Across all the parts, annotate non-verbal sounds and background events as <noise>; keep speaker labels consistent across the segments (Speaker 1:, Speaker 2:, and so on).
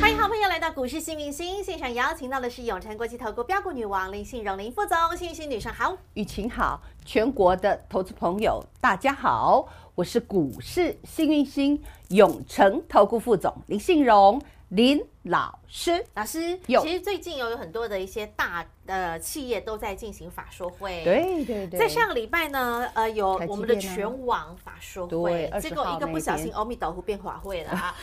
Speaker 1: 欢迎好朋友来到股市新明星现场，邀请到的是永诚国际投顾标股女王林信荣林副总，幸运星女神好。
Speaker 2: 雨晴好，全国的投资朋友大家好，我是股市幸运星永诚投顾副总林信荣林老师。
Speaker 1: 老师，
Speaker 2: 有
Speaker 1: 其实最近有有很多的一些大呃企业都在进行法说会，，
Speaker 2: 对对对，
Speaker 1: 在上个礼拜呢，呃，有
Speaker 2: 台积电啊
Speaker 1: 我们的全网法说会
Speaker 2: 对，20
Speaker 1: 结果
Speaker 2: 号
Speaker 1: 一个不小
Speaker 2: 那一
Speaker 1: 心，
Speaker 2: 天
Speaker 1: 欧米斗湖变法会了
Speaker 2: <laughs>
Speaker 1: 啊。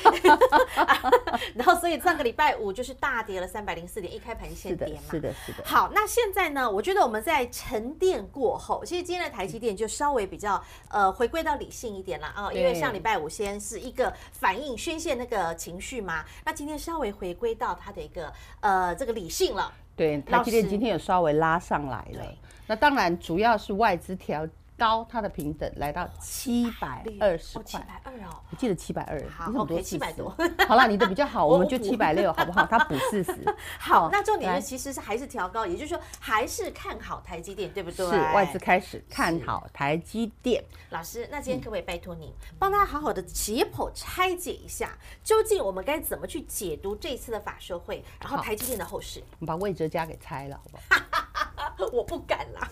Speaker 1: <laughs> 然后，所以上个礼拜五就是大跌了三百零四点，一开盘
Speaker 2: 是
Speaker 1: 先
Speaker 2: 的
Speaker 1: 跌，嘛。
Speaker 2: 是的，是的，
Speaker 1: 好，那现在呢？我觉得我们在沉淀过后，其实今天的台积电就稍微比较呃回归到理性一点啦啊，因为
Speaker 2: 对
Speaker 1: 上礼拜五先是一个反应宣泄那个情绪嘛，那今天稍微回归到它的一个呃这个理性了。
Speaker 2: 对，台积
Speaker 1: 老
Speaker 2: 电
Speaker 1: 师
Speaker 2: 今天有稍微拉上来了
Speaker 1: 对。
Speaker 2: 那当然，主要是外资调高它的平等，来到七百二十
Speaker 1: 七
Speaker 2: 块。
Speaker 1: 百二哦，
Speaker 2: 我记得七百二，你
Speaker 1: 好
Speaker 2: 怎么
Speaker 1: OK，
Speaker 2: 多四
Speaker 1: 700
Speaker 2: 十
Speaker 1: 多？
Speaker 2: 好啦，你的比较
Speaker 1: <laughs>
Speaker 2: 好，
Speaker 1: 我
Speaker 2: 我们就
Speaker 1: 补
Speaker 2: 七百六，好不好？他补四十。
Speaker 1: <laughs> 好，那重点
Speaker 2: 来
Speaker 1: 是其实是还是调高，也就是说还是看好台积电，对不对？
Speaker 2: 是外资开始看好台积电。
Speaker 1: 老师，那今天可不可以拜托您帮大家好好的解剖拆解一下，究竟我们该怎么去解读这一次的法说会，然后
Speaker 2: 好
Speaker 1: 台积电的后市？
Speaker 2: 我们把魏哲家给拆了，好不好？
Speaker 1: <laughs> 我不敢啦，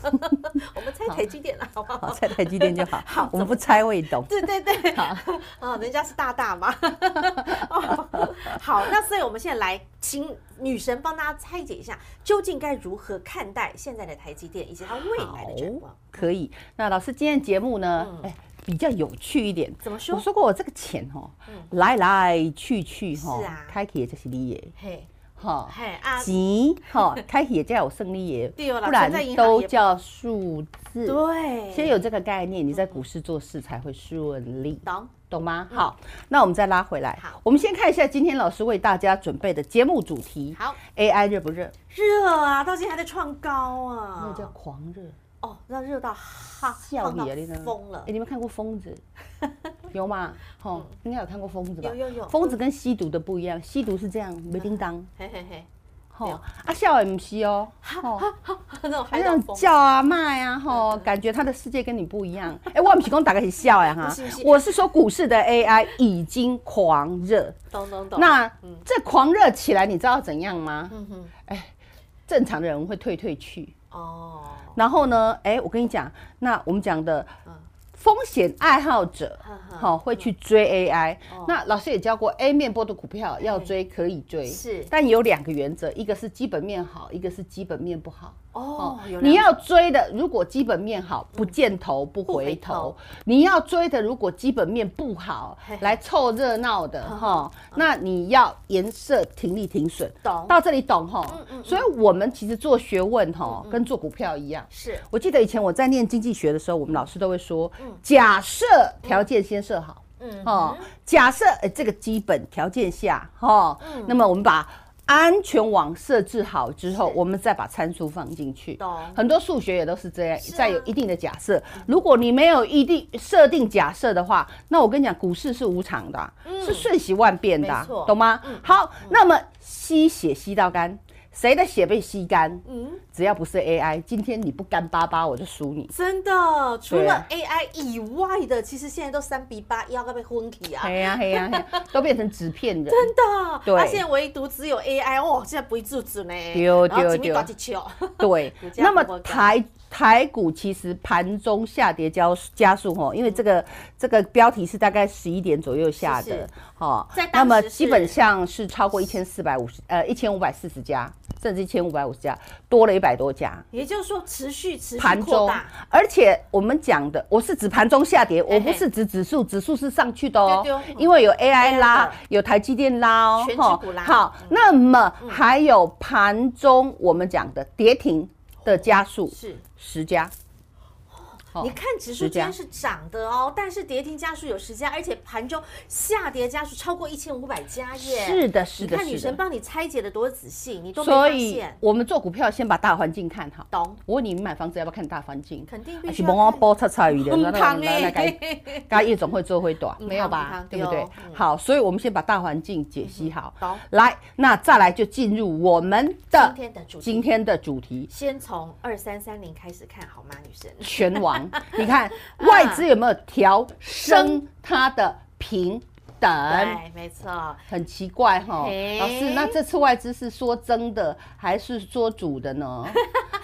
Speaker 1: 我们拆台积电啦，好不
Speaker 2: 好，
Speaker 1: 好？
Speaker 2: 拆台积电就好。
Speaker 1: <laughs> 好
Speaker 2: 我们不拆未懂。
Speaker 1: 对对对， <laughs> 啊，人家是大大嘛。 <laughs> 哦好，那所以我们现在来请女神帮大家拆解一下，究竟该如何看待现在的台积电以及它未来的展望？
Speaker 2: 可以。那老师今天的节目呢？哎、比较有趣一点。
Speaker 1: 嗯怎么说嗯
Speaker 2: 我说过，我这个钱哦，来来去去哈、
Speaker 1: 是啊
Speaker 2: 开启也就是你的
Speaker 1: 嘿，
Speaker 2: 哈。
Speaker 1: 嘿啊，
Speaker 2: 钱哈， <laughs> 开启也叫有胜利耶，
Speaker 1: 对哦老师
Speaker 2: 不然
Speaker 1: 在银行也
Speaker 2: 都叫数字。
Speaker 1: 对，
Speaker 2: 先有这个概念，你在股市做事才会顺利。
Speaker 1: 懂
Speaker 2: 懂吗？好，那我们再拉回来。
Speaker 1: 嗯好
Speaker 2: 我们先看一下今天老师为大家准备的节目主题。
Speaker 1: 好
Speaker 2: ，AI 热不热？
Speaker 1: 热啊，到现在还在创高啊，
Speaker 2: 那叫狂热，
Speaker 1: 哦，那热到哈，
Speaker 2: 笑
Speaker 1: 放到
Speaker 2: 你啊！你呢
Speaker 1: 疯了嗯
Speaker 2: 哎，，你有没有看过疯
Speaker 1: <laughs>
Speaker 2: 子？有吗？哦，应该有看过疯子吧？
Speaker 1: 有有有嗯
Speaker 2: 疯子跟吸毒的不一样，吸毒是这样没叮当，
Speaker 1: 嘿嘿嘿， <laughs> 对
Speaker 2: 哦，啊笑也不吸哦，哦，
Speaker 1: 那种
Speaker 2: 还
Speaker 1: 还
Speaker 2: 那
Speaker 1: 要
Speaker 2: 种
Speaker 1: 疯，嗯
Speaker 2: 叫啊骂呀，吼，感觉他的世界跟你不一样。哎，我不是讲大概是笑呀哈
Speaker 1: 不是不是，
Speaker 2: 我是说股市的 AI 已经狂热，
Speaker 1: 懂懂嗯懂。
Speaker 2: 那这狂热起来，你知道怎样吗？
Speaker 1: 嗯哼，
Speaker 2: 正常的人会退退去，
Speaker 1: 哦，
Speaker 2: 然后呢，哎，我跟你讲，那我们讲的
Speaker 1: 嗯
Speaker 2: 风险爱好者
Speaker 1: 呵呵，
Speaker 2: 好、会去追 AI、
Speaker 1: 哦
Speaker 2: 那老师也教过，A 面波的股票要追可以追，
Speaker 1: 是
Speaker 2: 但有两个原则，一个是基本面好，一个是基本面不好。
Speaker 1: 哦，有
Speaker 2: 你
Speaker 1: 两嗯
Speaker 2: 要追的，如果基本面好，不见头不
Speaker 1: 不回
Speaker 2: 回
Speaker 1: 头
Speaker 2: 头；你要追的，如果基本面不好
Speaker 1: 嘿嗯嘿，
Speaker 2: 来凑热闹的哈，那你要颜色停利停损。
Speaker 1: 懂
Speaker 2: 到这里懂哈
Speaker 1: 嗯嗯嗯？嗯
Speaker 2: 所以我们其实做学问哈，跟做股票一样。
Speaker 1: 是
Speaker 2: 我记得以前我在念经济学的时候，我们老师都会说，假设条件先设好。
Speaker 1: 嗯
Speaker 2: 哦，假设呃这个基本条件下，哦，
Speaker 1: 嗯
Speaker 2: 那么我们把安全网设置好之后，我们再把参数放进去。
Speaker 1: 懂
Speaker 2: 很多数学也都是这样
Speaker 1: 是啊，
Speaker 2: 再有一定的假设。如果你没有一定设定假设的话，那我跟你讲，股市是无常的啊，是瞬息万变的啊
Speaker 1: 嗯没错，嗯
Speaker 2: 懂吗？好，那么吸血吸到干，谁的血被吸干？
Speaker 1: 嗯，
Speaker 2: 只要不是 AI，今天你不干巴巴，我就输你。
Speaker 1: 真的，除
Speaker 2: 对
Speaker 1: 了
Speaker 2: 啊
Speaker 1: AI 以外的，其实现在都三比八，要该被昏体啊。
Speaker 2: 嘿呀嘿呀，嘿呀都变成纸片
Speaker 1: <laughs>
Speaker 2: 人。
Speaker 1: 真的，
Speaker 2: 对
Speaker 1: 啊现在唯独只有 AI 哦，现在不会自主呢，
Speaker 2: 对
Speaker 1: 然后
Speaker 2: 对
Speaker 1: 前面
Speaker 2: 对
Speaker 1: 打几球， <laughs>
Speaker 2: <laughs> 对
Speaker 1: 股，价
Speaker 2: 那么
Speaker 1: 不过高
Speaker 2: 台台股其实盘中下跌加加速哦，因为这个这个标题是大概十一点左右下
Speaker 1: 嗯是是
Speaker 2: 的，哈
Speaker 1: 在当
Speaker 2: 那么
Speaker 1: 时
Speaker 2: 基
Speaker 1: 是
Speaker 2: 本上是超过一千四百五十呃一千五百四十家，甚至一千五百五十家，多了一百多家。
Speaker 1: 也就是说持续持续
Speaker 2: 盘
Speaker 1: 扩
Speaker 2: 中
Speaker 1: 大，，
Speaker 2: 而且我们讲的，我是指盘中下跌，我
Speaker 1: 嘿
Speaker 2: 不是指指数，指数是上去的哦
Speaker 1: 对对哦，
Speaker 2: 因为有
Speaker 1: AI
Speaker 2: AI
Speaker 1: 的
Speaker 2: 拉，有台积电拉哦，
Speaker 1: 全指
Speaker 2: 吼
Speaker 1: 股拉
Speaker 2: 好，那么还有盘中我们讲的跌停的加速
Speaker 1: 是
Speaker 2: 十家，哦
Speaker 1: 你看指数
Speaker 2: 十
Speaker 1: 今
Speaker 2: 家
Speaker 1: 天是涨的哦，但是跌停家数有十家，而且盘中下跌家数超过一千五百家耶。
Speaker 2: 是的，是
Speaker 1: 你
Speaker 2: 的，
Speaker 1: 看女
Speaker 2: 是
Speaker 1: 神
Speaker 2: 的。
Speaker 1: 帮你拆解的多仔细，你都没
Speaker 2: 所
Speaker 1: 发
Speaker 2: 以
Speaker 1: 现，
Speaker 2: 我们做股票先把大环境看好。
Speaker 1: 懂？
Speaker 2: 我问你，你买房子要不要看大环境？
Speaker 1: 肯定
Speaker 2: 还
Speaker 1: 必
Speaker 2: 是
Speaker 1: 须
Speaker 2: 帮我
Speaker 1: 要看。
Speaker 2: 包擦擦雨的，
Speaker 1: 嗯
Speaker 2: 那那
Speaker 1: 香
Speaker 2: 那那
Speaker 1: 欸
Speaker 2: 该该夜总会做会短，
Speaker 1: 嗯
Speaker 2: 没有
Speaker 1: 香
Speaker 2: 吧
Speaker 1: 香？
Speaker 2: 对不
Speaker 1: 对
Speaker 2: 对
Speaker 1: 哦？嗯
Speaker 2: 好，所以我们先把大环境解析好。
Speaker 1: 懂
Speaker 2: 来，那再来就进入我们的
Speaker 1: 今天的主题，
Speaker 2: 今天的主题。
Speaker 1: 先从二三三零开始看好吗，女神？
Speaker 2: 拳
Speaker 1: <laughs>
Speaker 2: 王，你看外资有没有调升它的平等？
Speaker 1: 对，没错，
Speaker 2: 很奇怪哈，
Speaker 1: 嘿
Speaker 2: 老师，那这次外资是说增的还是说主
Speaker 1: <laughs>
Speaker 2: 的呢？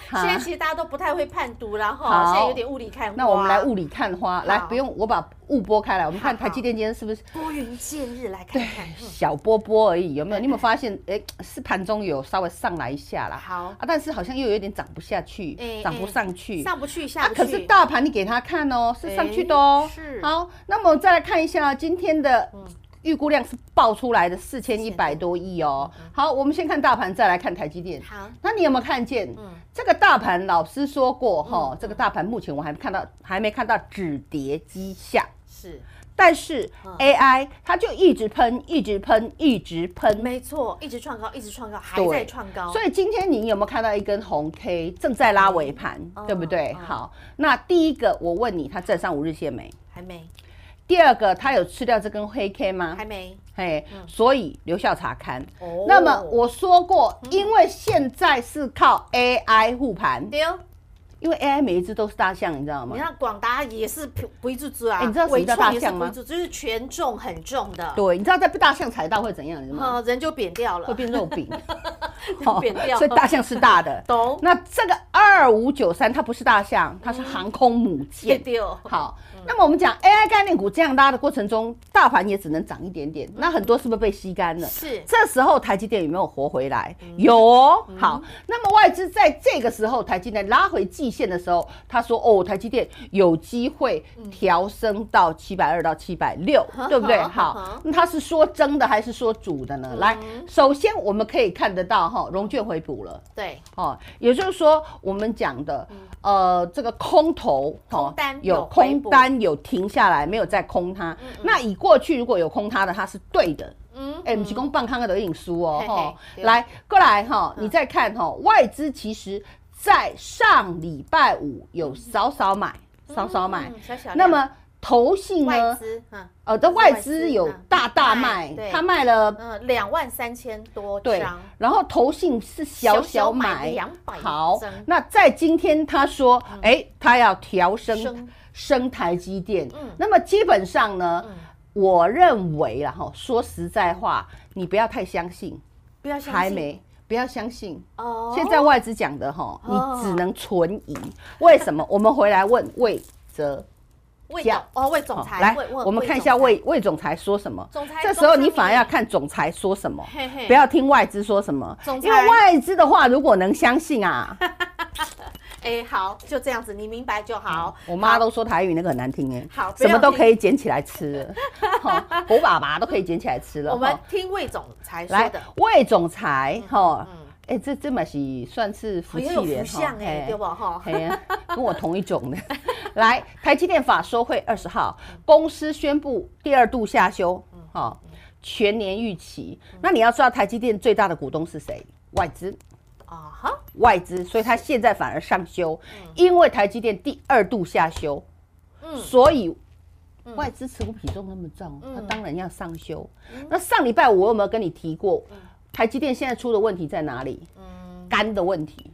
Speaker 2: 哈
Speaker 1: 现在其实大家都不太会判读啦，哈，
Speaker 2: 好
Speaker 1: 现在有点雾里看花。
Speaker 2: 那我们来雾里看花，来
Speaker 1: 好
Speaker 2: 不用我把雾拨开来，我们看
Speaker 1: 好好
Speaker 2: 台积电今天是不是
Speaker 1: 拨云见日来看看。嗯
Speaker 2: 小波波而已，有没有？你有没有发现？哎，是盘中有稍微上来一下啦，
Speaker 1: 好
Speaker 2: 啊，但是好像又有点涨不下去
Speaker 1: 哎，
Speaker 2: 涨不上去。
Speaker 1: 上不去，下
Speaker 2: 啊，
Speaker 1: 不去。
Speaker 2: 可是大盘你给他看哦，是上去的哦。
Speaker 1: 哎是嗯
Speaker 2: 好，那么我再来看一下今天的预估量是爆出来的四千一百多亿哦。
Speaker 1: 嗯
Speaker 2: 好，我们先看大盘，再来看台积电。
Speaker 1: 好，
Speaker 2: 那你有没有看见？
Speaker 1: 嗯
Speaker 2: 这个大盘老师说过哈，这个大盘目前我还看
Speaker 1: 嗯
Speaker 2: 到还没看到止跌迹象，
Speaker 1: 是
Speaker 2: 但是
Speaker 1: 嗯
Speaker 2: AI 它就一直喷，一直喷，一直喷。
Speaker 1: 没错，一直创高，一直创高，还
Speaker 2: 对
Speaker 1: 在创高。
Speaker 2: 所以今天你有没有看到一根红 K 正在拉尾盘，
Speaker 1: 嗯
Speaker 2: 对不对？
Speaker 1: 嗯
Speaker 2: 好，那第一个我问你，它站上五日线没？
Speaker 1: 还没，
Speaker 2: 第二个，它有吃掉这根黑 K 吗
Speaker 1: 还？没。
Speaker 2: 嘿，所以留校查看。
Speaker 1: 哦
Speaker 2: 那么我说过，因为现在是靠 AI 护盘，
Speaker 1: 丢，
Speaker 2: 因为 AI 每一只都是大象，你知道吗
Speaker 1: 你？看广达也是不不一致之啊，
Speaker 2: 哎你知道什么
Speaker 1: 伟
Speaker 2: 叫
Speaker 1: 创
Speaker 2: 大
Speaker 1: 也是
Speaker 2: 象
Speaker 1: 不一
Speaker 2: 吗
Speaker 1: 致，就是权重很重的，
Speaker 2: 对，你知道在被大象踩到会怎样？你知道吗？
Speaker 1: 嗯，人就扁掉
Speaker 2: 会
Speaker 1: 了，
Speaker 2: 变肉饼，
Speaker 1: <laughs> 就
Speaker 2: 哦
Speaker 1: 扁掉。
Speaker 2: 所以大象是
Speaker 1: <laughs>
Speaker 2: 大的。
Speaker 1: 懂
Speaker 2: 那这个二五九三，它不是大象，它是航空母舰。
Speaker 1: 丢，
Speaker 2: 好，
Speaker 1: 嗯
Speaker 2: 那么我们讲 AI 概念股这样拉的过程中，大盘也只能涨一点点，那很多是不是被吸干了？
Speaker 1: 是
Speaker 2: 这时候台积电有没有活回来？
Speaker 1: 嗯
Speaker 2: 有、哦。好，那么外资在这个时候，台积电拉回季线的时候，他说：“哦，台积电有机会
Speaker 1: 嗯
Speaker 2: 调升到七百二到七百
Speaker 1: <laughs>
Speaker 2: 六，对不对？”
Speaker 1: 呵呵
Speaker 2: 好，那他是说真的还是说主的
Speaker 1: 嗯
Speaker 2: 呢？来，首先我们可以看得到哈，融券回补了。
Speaker 1: 对，
Speaker 2: 哦，也就是说，我们讲的，呃，这个空头，哦
Speaker 1: 嗯空单有
Speaker 2: 有
Speaker 1: 回
Speaker 2: 空
Speaker 1: 补
Speaker 2: 单有停下来，没有再空它。那以过去如果有空它的，它是对的，
Speaker 1: 嗯，
Speaker 2: 哎、不是讲放空的都影输哦，
Speaker 1: 嘿嘿
Speaker 2: 吼，
Speaker 1: 对嗯
Speaker 2: 来过来哈，你再看哈，外资其实在上礼拜五有少少买，少少买，
Speaker 1: 嗯小小
Speaker 2: 那
Speaker 1: 量
Speaker 2: 么投信
Speaker 1: 外
Speaker 2: 呢，
Speaker 1: 资啊，
Speaker 2: 呃，的外资有
Speaker 1: 嗯
Speaker 2: 大大
Speaker 1: 卖
Speaker 2: 卖
Speaker 1: 对，
Speaker 2: 他卖了。
Speaker 1: 嗯，两万三千多
Speaker 2: 对
Speaker 1: 张，，
Speaker 2: 然后投信是小
Speaker 1: 小
Speaker 2: 小
Speaker 1: 买
Speaker 2: 买
Speaker 1: 200
Speaker 2: 好
Speaker 1: 张，
Speaker 2: 那在今天他说，哎，他要调
Speaker 1: 嗯升
Speaker 2: 升升台积电
Speaker 1: 嗯，
Speaker 2: 那么基本上呢，我认为啦哈，说实在话，你不要太相信，
Speaker 1: 不要相信
Speaker 2: 还没，不要相信。
Speaker 1: 哦，
Speaker 2: 现在外资讲的哈，
Speaker 1: 哦
Speaker 2: 你只能存疑。为什么？
Speaker 1: <laughs>
Speaker 2: 我们回来问魏哲。
Speaker 1: 魏
Speaker 2: 这
Speaker 1: 总
Speaker 2: 样
Speaker 1: 哦，魏总
Speaker 2: 好
Speaker 1: 裁，
Speaker 2: 来
Speaker 1: 魏，
Speaker 2: 我们看一下，魏魏总裁说什么。
Speaker 1: 总裁
Speaker 2: 这时候你
Speaker 1: 总裁
Speaker 2: 反而要看总裁说什么
Speaker 1: 嘿嘿，
Speaker 2: 不要听外资说什么
Speaker 1: 总。裁
Speaker 2: 因为外资的话，如果能相信
Speaker 1: <laughs>
Speaker 2: 啊，
Speaker 1: 哎，好，就这样子，你明白就好。
Speaker 2: 嗯我妈
Speaker 1: 好
Speaker 2: 都说台语那个很难听哎，
Speaker 1: 好不要
Speaker 2: 什么都可以捡起来
Speaker 1: <laughs>
Speaker 2: 吃了，哈胡粑粑都可以捡起来吃了。
Speaker 1: 我们
Speaker 2: 哈
Speaker 1: 听魏总裁说
Speaker 2: 来
Speaker 1: 的，
Speaker 2: 魏总裁哈
Speaker 1: 嗯，
Speaker 2: 哎，这这嘛是算是福
Speaker 1: 很
Speaker 2: 气
Speaker 1: 有
Speaker 2: 人
Speaker 1: 福相哎，
Speaker 2: 嘿
Speaker 1: 对不哈？
Speaker 2: 哎呀，跟我同一种的。 <laughs> 来，台积电法说会二十号，公司宣布第二度下修，
Speaker 1: 嗯
Speaker 2: 好、全年预期。那你要知道台积电最大的股东是谁？外资，
Speaker 1: 啊哈，
Speaker 2: 外资，所以它现在反而上修，因为台积电第二度下修，
Speaker 1: 嗯
Speaker 2: 所以。外资持股比重那么重，它当然要上修。
Speaker 1: 嗯
Speaker 2: 那上礼拜我有没有跟你提过，台积电现在出的问题在哪里？
Speaker 1: 嗯，
Speaker 2: 肝的问题，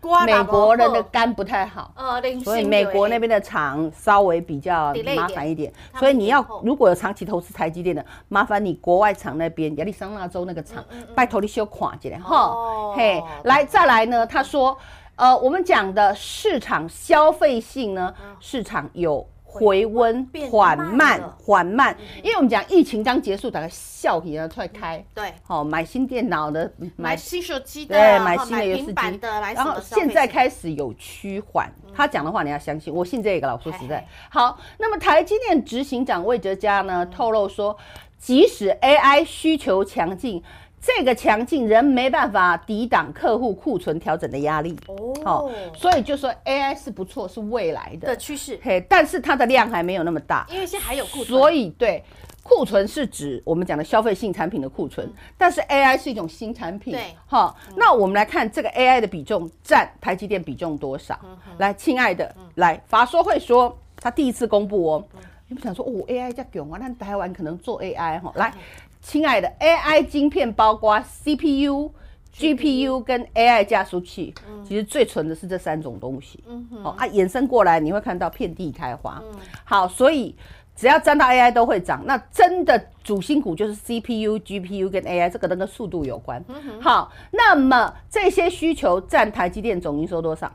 Speaker 1: 瓜
Speaker 2: 美
Speaker 1: 打
Speaker 2: 国
Speaker 1: 不
Speaker 2: 人的
Speaker 1: 好
Speaker 2: 肝不太好。
Speaker 1: 呃，零
Speaker 2: 所以
Speaker 1: 星
Speaker 2: 美
Speaker 1: 有
Speaker 2: 国
Speaker 1: 哎
Speaker 2: 那边的厂稍微比较
Speaker 1: Delay 一
Speaker 2: 麻
Speaker 1: 点
Speaker 2: 烦一点，
Speaker 1: 他们
Speaker 2: 所以你要
Speaker 1: 延后
Speaker 2: 如果有长期投资台积电的，麻烦你国外厂那边亚利桑那州那个厂，拜托你修垮一下
Speaker 1: 嗯哦
Speaker 2: 哈。嘿，来再来呢，他说，呃，我们讲的市场消费性呢，市场有。回温
Speaker 1: 嗯变
Speaker 2: 缓
Speaker 1: 慢
Speaker 2: 慢
Speaker 1: 了嗯
Speaker 2: 缓慢，因为我们讲疫情刚结束，大概笑起来出来开，
Speaker 1: 对。
Speaker 2: 好、买新电脑的，
Speaker 1: 买新手机的，
Speaker 2: 对，
Speaker 1: 哈
Speaker 2: 买新的游戏
Speaker 1: 平板
Speaker 2: 机
Speaker 1: 的，来什
Speaker 2: 然后
Speaker 1: 么消费
Speaker 2: 现在
Speaker 1: 型嗯
Speaker 2: 开始有趋缓，他讲的话你要相信，我信这个了。我说实
Speaker 1: 嘿
Speaker 2: 在
Speaker 1: 嘿，
Speaker 2: 好，那么台积电
Speaker 1: 嗯
Speaker 2: 执行长魏哲嘉呢透露说，即使 AI 需求强劲，这个强劲仍没办法抵挡客户库存调整的压力。
Speaker 1: 哦
Speaker 2: 哦，，所以就说 AI 是不错，是未来
Speaker 1: 的
Speaker 2: 的，
Speaker 1: 趋势，
Speaker 2: 嘿，但是它的量还没有那么大，
Speaker 1: 因为现在还有库存，
Speaker 2: 所以对。库存是指我们讲的消费性产品的库存，但是 AI 是一种新产品，
Speaker 1: 嗯对嗯
Speaker 2: 哈。那我们来看这个 AI 的比重占台积电比重多少？
Speaker 1: 嗯
Speaker 2: 来，亲爱的，来，法说会说他第一次公布哦，
Speaker 1: 嗯
Speaker 2: 你们想说哦，AI 加囧啊，那台湾可能做
Speaker 1: 嗯
Speaker 2: AI 哈。来，亲爱的，AI 晶片包括 CPU。GPU 跟 AI 加速器，其实最纯的是这三种东西。
Speaker 1: 嗯哼嗯
Speaker 2: 好、啊，衍生过来你会看到遍地开花。好，所以只要沾到 AI 都会涨。那真的主心骨就是 CPU、GPU 跟 AI，这个都跟速度有
Speaker 1: 嗯
Speaker 2: 关。好，那么这些需求占台积电总营收多少？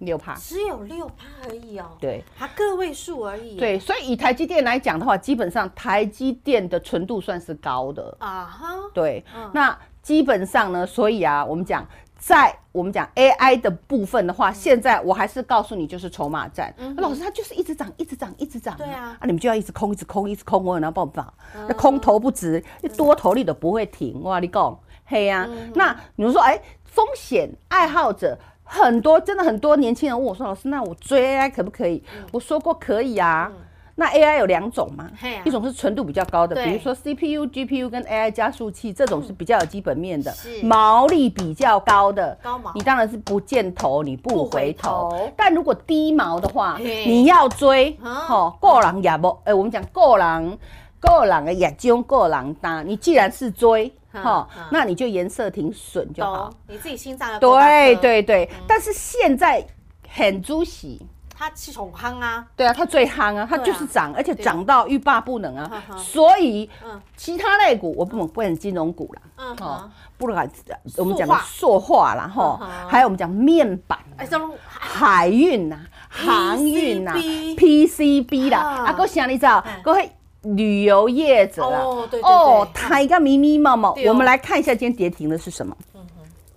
Speaker 2: 六趴。
Speaker 1: 只有六趴而已哦，
Speaker 2: 对
Speaker 1: 还个位数而已，
Speaker 2: 对，所以以台积电来讲的话，基本上台积电的纯度算是高的。
Speaker 1: 啊哈，
Speaker 2: 对，
Speaker 1: 嗯
Speaker 2: 那基本上呢，所以啊，我们讲在我们讲 AI 的部分的
Speaker 1: 嗯
Speaker 2: 话，现在我还是告诉你，就是筹码战。那老师，它就是一直涨，一直涨，一直涨、
Speaker 1: 对啊嗯
Speaker 2: 啊，你们就要一直空，一直空，一直空，我有拿爆爆，那空头不止，那多头你都不会停。哇，你讲，嘿呀、
Speaker 1: 嗯
Speaker 2: 那你们说，哎，风险爱好者。很多真的很多年轻人问我说：“老师，那我追 AI 可不可以？”
Speaker 1: 嗯
Speaker 2: 我说过可以啊。那 AI 有两种嘛
Speaker 1: 嘿啊，
Speaker 2: 一种是纯度比较高的，比
Speaker 1: 对嗯
Speaker 2: 如说。说 CPU、GPU 跟 AI 加速器这种是比较有基本面的
Speaker 1: 是，
Speaker 2: 毛利比较高的，
Speaker 1: 高毛
Speaker 2: 你当然是不见头，你不回
Speaker 1: 不回头
Speaker 2: 头。但如果低毛的话，
Speaker 1: 嘿
Speaker 2: 你要追，
Speaker 1: 嗯
Speaker 2: 吼，个人也无，哎，我们讲个人。个人的眼睛，个人大。你既然是追，
Speaker 1: 嗯
Speaker 2: 哈
Speaker 1: 嗯，
Speaker 2: 那你就颜色停损就好
Speaker 1: 懂。，嗯你自己心脏要够大
Speaker 2: 对
Speaker 1: 颗，
Speaker 2: 对对，但是现在很猪喜，
Speaker 1: 它是宠夯啊，
Speaker 2: 对啊，它最夯啊，它
Speaker 1: 对啊
Speaker 2: 就是涨，而且
Speaker 1: 对
Speaker 2: 涨到欲罢不能
Speaker 1: 哈
Speaker 2: 啊
Speaker 1: 哈。
Speaker 2: 所以
Speaker 1: 嗯
Speaker 2: 其他类股，我不能不能金融股啦，
Speaker 1: 嗯
Speaker 2: 哦
Speaker 1: 哼，，
Speaker 2: 不然我们讲的塑化啦，
Speaker 1: 嗯
Speaker 2: 哈
Speaker 1: 哼，
Speaker 2: 还有我们讲面板、
Speaker 1: 哎，这种
Speaker 2: 海运呐、航运啊呐、
Speaker 1: PCB
Speaker 2: PCB 啦，
Speaker 1: 啊
Speaker 2: 啊，够想你知道，够会。旅游业者啦，
Speaker 1: 哦对对对
Speaker 2: 哦，抬一个迷迷冒冒
Speaker 1: 对哦，
Speaker 2: 我们来看一下今天跌停的是什么。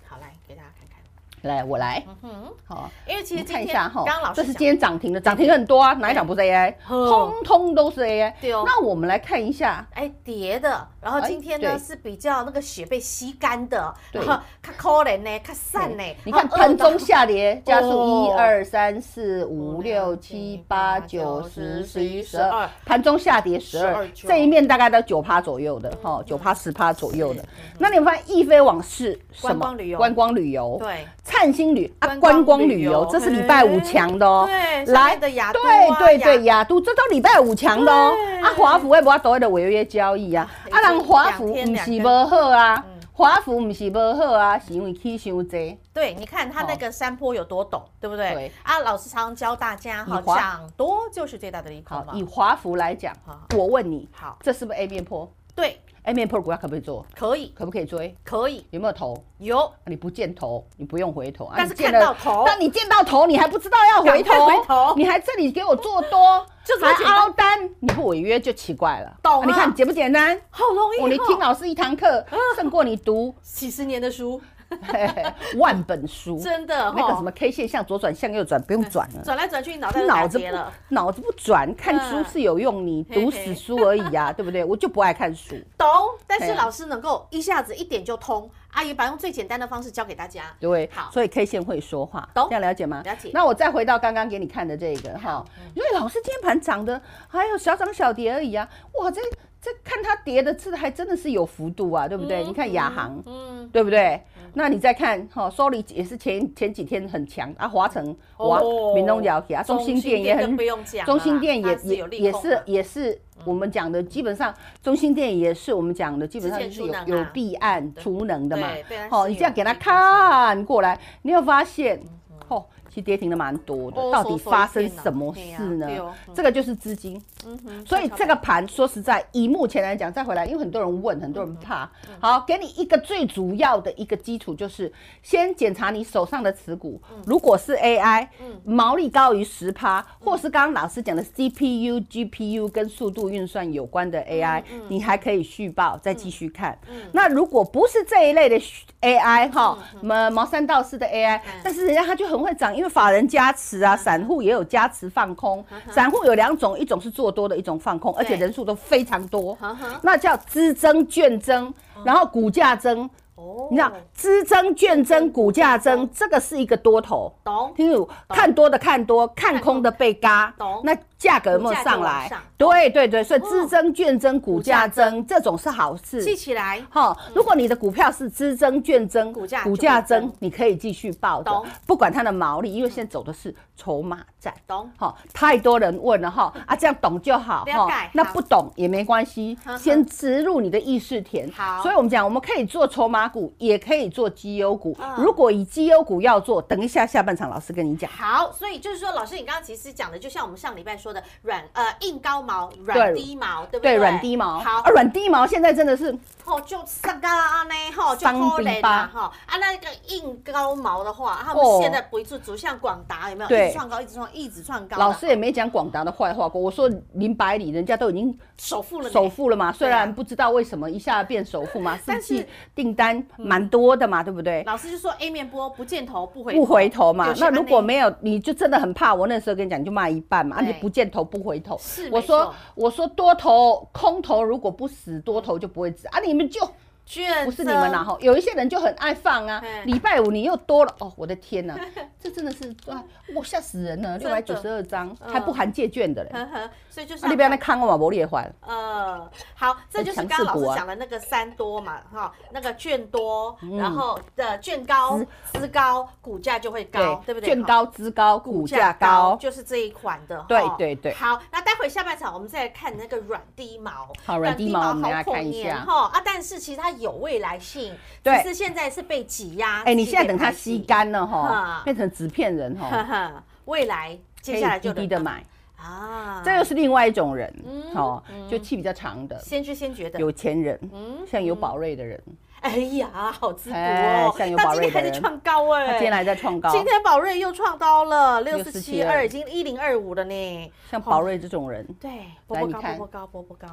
Speaker 1: 好来给大家看看，
Speaker 2: 来，我来，
Speaker 1: 嗯，
Speaker 2: 好，啊
Speaker 1: 因为其实今
Speaker 2: 看
Speaker 1: 天
Speaker 2: 一下哈
Speaker 1: 刚刚老，
Speaker 2: 这
Speaker 1: 师
Speaker 2: 是
Speaker 1: 讲
Speaker 2: 今天涨停的，涨停很多啊，哪一档不是 AI？
Speaker 1: 呵
Speaker 2: 通通都是 AI。
Speaker 1: 对哦
Speaker 2: 那我们来看一下，
Speaker 1: 哎叠的，然后
Speaker 2: 哎
Speaker 1: 今天呢、
Speaker 2: 对
Speaker 1: 是比较那个血被吸干的，
Speaker 2: 对
Speaker 1: 然后看可怜呢，看散呢，
Speaker 2: 你看
Speaker 1: 然后饿
Speaker 2: 盘
Speaker 1: 到 <laughs>
Speaker 2: 中下跌，加速一
Speaker 1: 哦
Speaker 2: 二三四五六七八九十十一十二，盘中下跌十
Speaker 1: 12
Speaker 2: 二，
Speaker 1: 九
Speaker 2: 这一面大概到九趴左右的，哈，九趴十趴左右的。那你们发现易飞网是什
Speaker 1: 观
Speaker 2: 么？
Speaker 1: 光旅游
Speaker 2: 观光旅游，
Speaker 1: 对
Speaker 2: 灿星旅啊，
Speaker 1: 观光
Speaker 2: 观光
Speaker 1: 旅
Speaker 2: 旅
Speaker 1: 游
Speaker 2: 游，这是礼拜五
Speaker 1: 嘿
Speaker 2: 强的哦。
Speaker 1: 对，上
Speaker 2: 来
Speaker 1: 面的雅都啊
Speaker 2: 对对对，
Speaker 1: 雅
Speaker 2: 雅都这都礼拜五强的哦
Speaker 1: 对。
Speaker 2: 啊，华府会不会都会的违约交易啊？
Speaker 1: 哎
Speaker 2: 啊，人华府
Speaker 1: 两天
Speaker 2: 唔是
Speaker 1: 两天嗯
Speaker 2: 无好啊，华府唔是无好啊，是因为起伤济。
Speaker 1: 对，你看它那个山坡有多陡，对不对？
Speaker 2: 对
Speaker 1: 啊，老师常常教大家哈，
Speaker 2: 以华
Speaker 1: 涨多就是最大的利空
Speaker 2: 好
Speaker 1: 嘛，
Speaker 2: 以。华孚来讲
Speaker 1: 好，
Speaker 2: 我问你，
Speaker 1: 好，
Speaker 2: 这是不是 A 面坡
Speaker 1: 对，
Speaker 2: ？A 面坡股票可不可以做？
Speaker 1: 可以，
Speaker 2: 可不可以追？
Speaker 1: 可以，
Speaker 2: 有没有头？
Speaker 1: 有
Speaker 2: 啊你不见头，你不用回头。啊
Speaker 1: 但是
Speaker 2: 你见
Speaker 1: 看
Speaker 2: 了
Speaker 1: 到头
Speaker 2: 但你见到头，你还不知道要回
Speaker 1: 赶
Speaker 2: 头，
Speaker 1: 快回头
Speaker 2: 你还这里给我做多，
Speaker 1: 就这么
Speaker 2: 还
Speaker 1: 简单
Speaker 2: 凹单，你不违约就奇怪了。
Speaker 1: 懂
Speaker 2: 啊你看
Speaker 1: 了
Speaker 2: 简不简单？
Speaker 1: 好容易
Speaker 2: 哦，你
Speaker 1: 哦
Speaker 2: 听老师一堂课，胜过你读
Speaker 1: 几十年的书，
Speaker 2: 嘿嘿万本书。
Speaker 1: 真的
Speaker 2: 哦那个
Speaker 1: 哈
Speaker 2: 什么 K 线向左转向右转，不用转了。
Speaker 1: 转来转去，你脑袋都打
Speaker 2: 脑子
Speaker 1: 结了。
Speaker 2: 不脑子不转，看
Speaker 1: 嗯
Speaker 2: 书是有用，你
Speaker 1: 嘿嘿
Speaker 2: 读死书而已啊，对不对？我就不哎爱看书。
Speaker 1: 懂，但是
Speaker 2: 对
Speaker 1: 老师能够一下子一点就通，阿姨把用最简单的方式教给大家。
Speaker 2: 对，
Speaker 1: 好
Speaker 2: 所以 K 线会说话，
Speaker 1: 懂
Speaker 2: 这样了解吗？
Speaker 1: 了解
Speaker 2: 那我再回到刚刚给你看的这个哈，因为老师今天盘涨的还有小涨小跌而已啊，哇，这这看它跌的，这还真的是有幅度啊，对不对？你看亚航，
Speaker 1: 嗯，
Speaker 2: 对不对？那你再看哈，收礼也是前前几天很强啊，华城、哇
Speaker 1: 哦，
Speaker 2: 闽东摇起啊，中心店也
Speaker 1: 更
Speaker 2: 很
Speaker 1: 不，用讲了啦，啊
Speaker 2: 中心店
Speaker 1: 它
Speaker 2: 也
Speaker 1: 是有
Speaker 2: 也
Speaker 1: 利
Speaker 2: 也
Speaker 1: 空
Speaker 2: 是
Speaker 1: 的，嗯
Speaker 2: 也是我们讲的，基本上中心店也是我们讲的，基本上
Speaker 1: 之前
Speaker 2: 就是有
Speaker 1: 储能啊
Speaker 2: 有避案储能的嘛
Speaker 1: 对对它是。
Speaker 2: 哦，你这样给他看过来，你有发现，哦，其实跌停的蛮多
Speaker 1: 嗯哦
Speaker 2: 的，到底发生什么
Speaker 1: 搜索一遍
Speaker 2: 事
Speaker 1: 啊
Speaker 2: 呢
Speaker 1: 对啊对哦嗯？
Speaker 2: 这个就是资金。
Speaker 1: 嗯哼
Speaker 2: 所以这个盘说实在，以目前来讲，再回来，因为很多人问，很多人怕。好，给你一个最主要的一个基础，就是先检查你手上的持股，如果是 AI，毛利高于十趴，或是刚刚老师讲的 CPU、GPU 跟速度运算有关的 AI，你还可以续报，再继续看。那如果不是这一类的 AI 哈，毛毛三到四的 AI，但是人家他就很会涨，因为法人加持啊，散户也有加持放空，散户有两种，一种是做多的，一种放空，而且人数都非常多
Speaker 1: 嗯哼，
Speaker 2: 那叫资增券增，然后股价增。
Speaker 1: 哦
Speaker 2: 你看，资增券增，股价增，这个是一个多头。
Speaker 1: 懂
Speaker 2: 听懂？看多的看多，看空的被嘎
Speaker 1: 懂。
Speaker 2: 那价格有没有上
Speaker 1: 股价就往
Speaker 2: 来
Speaker 1: 上？哦
Speaker 2: 对对对，所以资增券增，股价
Speaker 1: 股价
Speaker 2: 增，这种是好事。
Speaker 1: 记起来，
Speaker 2: 哈、如果你的股票是资增券增，
Speaker 1: 嗯股价
Speaker 2: 股
Speaker 1: 就
Speaker 2: 价
Speaker 1: 会
Speaker 2: 增
Speaker 1: 增，
Speaker 2: 你可以继续抱
Speaker 1: 懂
Speaker 2: 着，不管它的毛利，因为现在走的是筹码战。
Speaker 1: 懂
Speaker 2: 哈、太多人问了哈啊，这样懂就好
Speaker 1: 了解
Speaker 2: 那
Speaker 1: 好
Speaker 2: 不懂也没关系
Speaker 1: 呵呵，
Speaker 2: 先植入你的意识田。
Speaker 1: 好
Speaker 2: 所以我们讲，我们可以做筹码股，也可以做绩优股。
Speaker 1: 嗯
Speaker 2: 如果以绩优股要做，等一下下半场老师跟你讲。
Speaker 1: 好，所以就是说，老师，你刚刚其实讲的，就像我们上礼拜说的，软呃硬高毛，软低毛，对不对？
Speaker 2: 对，软低毛，
Speaker 1: 好
Speaker 2: 啊，，软低毛现在真的是
Speaker 1: 哦，就上嘎呢，吼，就
Speaker 2: 伤
Speaker 1: 可
Speaker 2: 比
Speaker 1: 怜
Speaker 2: 吧
Speaker 1: 啦，哈啊，那个硬高毛的话，他们
Speaker 2: 哦
Speaker 1: 现在不是走向广达有没有？
Speaker 2: 对
Speaker 1: 一直创高，一直创，一直创高的，
Speaker 2: 老师也没讲广达的坏话过。我说林百里，人家都已经
Speaker 1: 首富了呢，
Speaker 2: 首富了嘛，虽
Speaker 1: 对啊
Speaker 2: 然不知道为什么一下变首富嘛，
Speaker 1: 但
Speaker 2: 四
Speaker 1: 是
Speaker 2: 季订单蛮多的嘛，对不对？
Speaker 1: 老师就说 A 面波不见头不回
Speaker 2: 不回头嘛
Speaker 1: 就，是
Speaker 2: 那如果
Speaker 1: 安内
Speaker 2: 没有，你就真的很怕。我那时候跟你讲，你就骂一半嘛，啊，
Speaker 1: 对
Speaker 2: 你不见头不回头。
Speaker 1: 是
Speaker 2: 我
Speaker 1: 没错
Speaker 2: 说我说多头空头如果不死，多头就不会死啊！你们就
Speaker 1: 卷
Speaker 2: 不是你们啦啊
Speaker 1: 呐，
Speaker 2: 哈，有一些人就很爱放啊
Speaker 1: 嗯。
Speaker 2: 礼拜五你又多了哦，我的
Speaker 1: <laughs>
Speaker 2: 天呐，这真的是哇，我吓死人了，六
Speaker 1: 真
Speaker 2: 百
Speaker 1: 的
Speaker 2: 九十二张
Speaker 1: 嗯
Speaker 2: 还不含借券的
Speaker 1: <laughs>
Speaker 2: 嘞，
Speaker 1: 呵呵，所以就是
Speaker 2: 啊，你不要那看我嘛，我也还。
Speaker 1: 呃，好，这就是刚刚老
Speaker 2: 啊
Speaker 1: 师讲的那个三多嘛，哈、那个券多，
Speaker 2: 嗯
Speaker 1: 然后的券高、资高，股价就会高，对不对？
Speaker 2: 券
Speaker 1: 哈。
Speaker 2: 高资高，股价高，
Speaker 1: 就是这一款的，
Speaker 2: 对
Speaker 1: 哈
Speaker 2: 对对
Speaker 1: 好，那待会下半场我们再来看那个软低毛，
Speaker 2: 好啊软低毛我们
Speaker 1: 好
Speaker 2: 来
Speaker 1: 可
Speaker 2: 看一下
Speaker 1: 怜哈啊！但是其实它有未来性，
Speaker 2: 对
Speaker 1: 只是现在是被挤压。
Speaker 2: 哎、你
Speaker 1: 是
Speaker 2: 现在
Speaker 1: 被
Speaker 2: 等它
Speaker 1: 排
Speaker 2: 吸
Speaker 1: 挤，
Speaker 2: 干了
Speaker 1: 啊
Speaker 2: 哈，变成纸片人
Speaker 1: 哈
Speaker 2: 哈，
Speaker 1: 哈， <laughs> 未来
Speaker 2: 可
Speaker 1: 接
Speaker 2: 以
Speaker 1: 下来就
Speaker 2: 低低的
Speaker 1: 轮到
Speaker 2: 买，
Speaker 1: 啊，
Speaker 2: 这又是另外一种人
Speaker 1: 嗯，
Speaker 2: 哦，就气比较长的
Speaker 1: 先知先觉的
Speaker 2: 有钱人，
Speaker 1: 嗯
Speaker 2: 像有宝瑞的人，
Speaker 1: 哎呀，好自古
Speaker 2: 哎
Speaker 1: 哦！
Speaker 2: 像有
Speaker 1: 到
Speaker 2: 宝
Speaker 1: 今
Speaker 2: 瑞
Speaker 1: 天还
Speaker 2: 的
Speaker 1: 在
Speaker 2: 人
Speaker 1: 创高哎、
Speaker 2: 他今天还在创高，
Speaker 1: 今天宝瑞又创高了，六四七二，
Speaker 2: 6472
Speaker 1: 已经一零二五了呢。
Speaker 2: 像宝瑞这种人，
Speaker 1: 对，波
Speaker 2: 来
Speaker 1: 波
Speaker 2: 你
Speaker 1: 高，波
Speaker 2: 看
Speaker 1: 波高，波波高，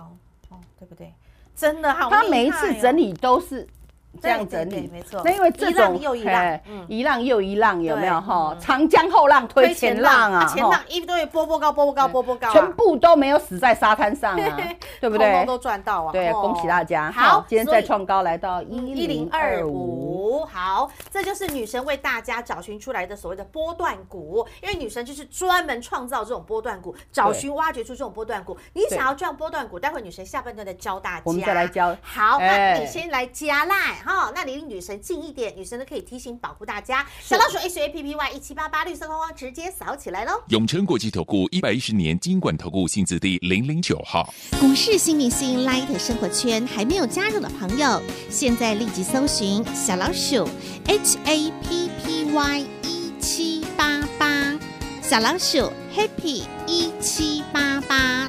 Speaker 1: 哦，对不对？真的好、哦，
Speaker 2: 他每一次整理都是。这样
Speaker 1: 对对
Speaker 2: 整
Speaker 1: 对
Speaker 2: 理，
Speaker 1: 没错
Speaker 2: 那因为这
Speaker 1: 一浪
Speaker 2: 种
Speaker 1: 又一浪
Speaker 2: 哎
Speaker 1: 嗯
Speaker 2: 一浪又一浪，有没有
Speaker 1: 对
Speaker 2: 哈
Speaker 1: 嗯？
Speaker 2: 长江后浪推前浪啊，
Speaker 1: 前
Speaker 2: 哈
Speaker 1: 浪一堆波波高，波波高，波波高、啊，
Speaker 2: 全部都没有死在沙滩上啊，对
Speaker 1: 通通
Speaker 2: 不对？
Speaker 1: 都赚到啊！
Speaker 2: 对，
Speaker 1: 哦
Speaker 2: 恭喜大家！
Speaker 1: 好，
Speaker 2: 今天
Speaker 1: 所以嗯
Speaker 2: 再创高来到一
Speaker 1: 一
Speaker 2: 零
Speaker 1: 零
Speaker 2: 二
Speaker 1: 二
Speaker 2: 五。
Speaker 1: 五，好，这就是女神为大家找寻出来的所谓的波段股，因为女神就是专门创造这种波段股，找寻挖掘出这种波段股。你想要赚波段股，待会女神下半段再教大家，
Speaker 2: 我们再来教
Speaker 1: 好，那
Speaker 2: 哎
Speaker 1: 你先来加赖哈，那离女神近一点，女神都可以提醒保护大家。
Speaker 2: 是
Speaker 1: 小老鼠 H 哎 A P P Y 一七八八绿色框框直接扫起来喽。
Speaker 3: 永诚国际投顾一百一十年金管投顾性质第零零九号。
Speaker 4: 股市新明星 Light 生活圈还没有加入的朋友，现在立即搜寻小老鼠 HAPPY 一 E 七八八，小老鼠 Happy 一七八八，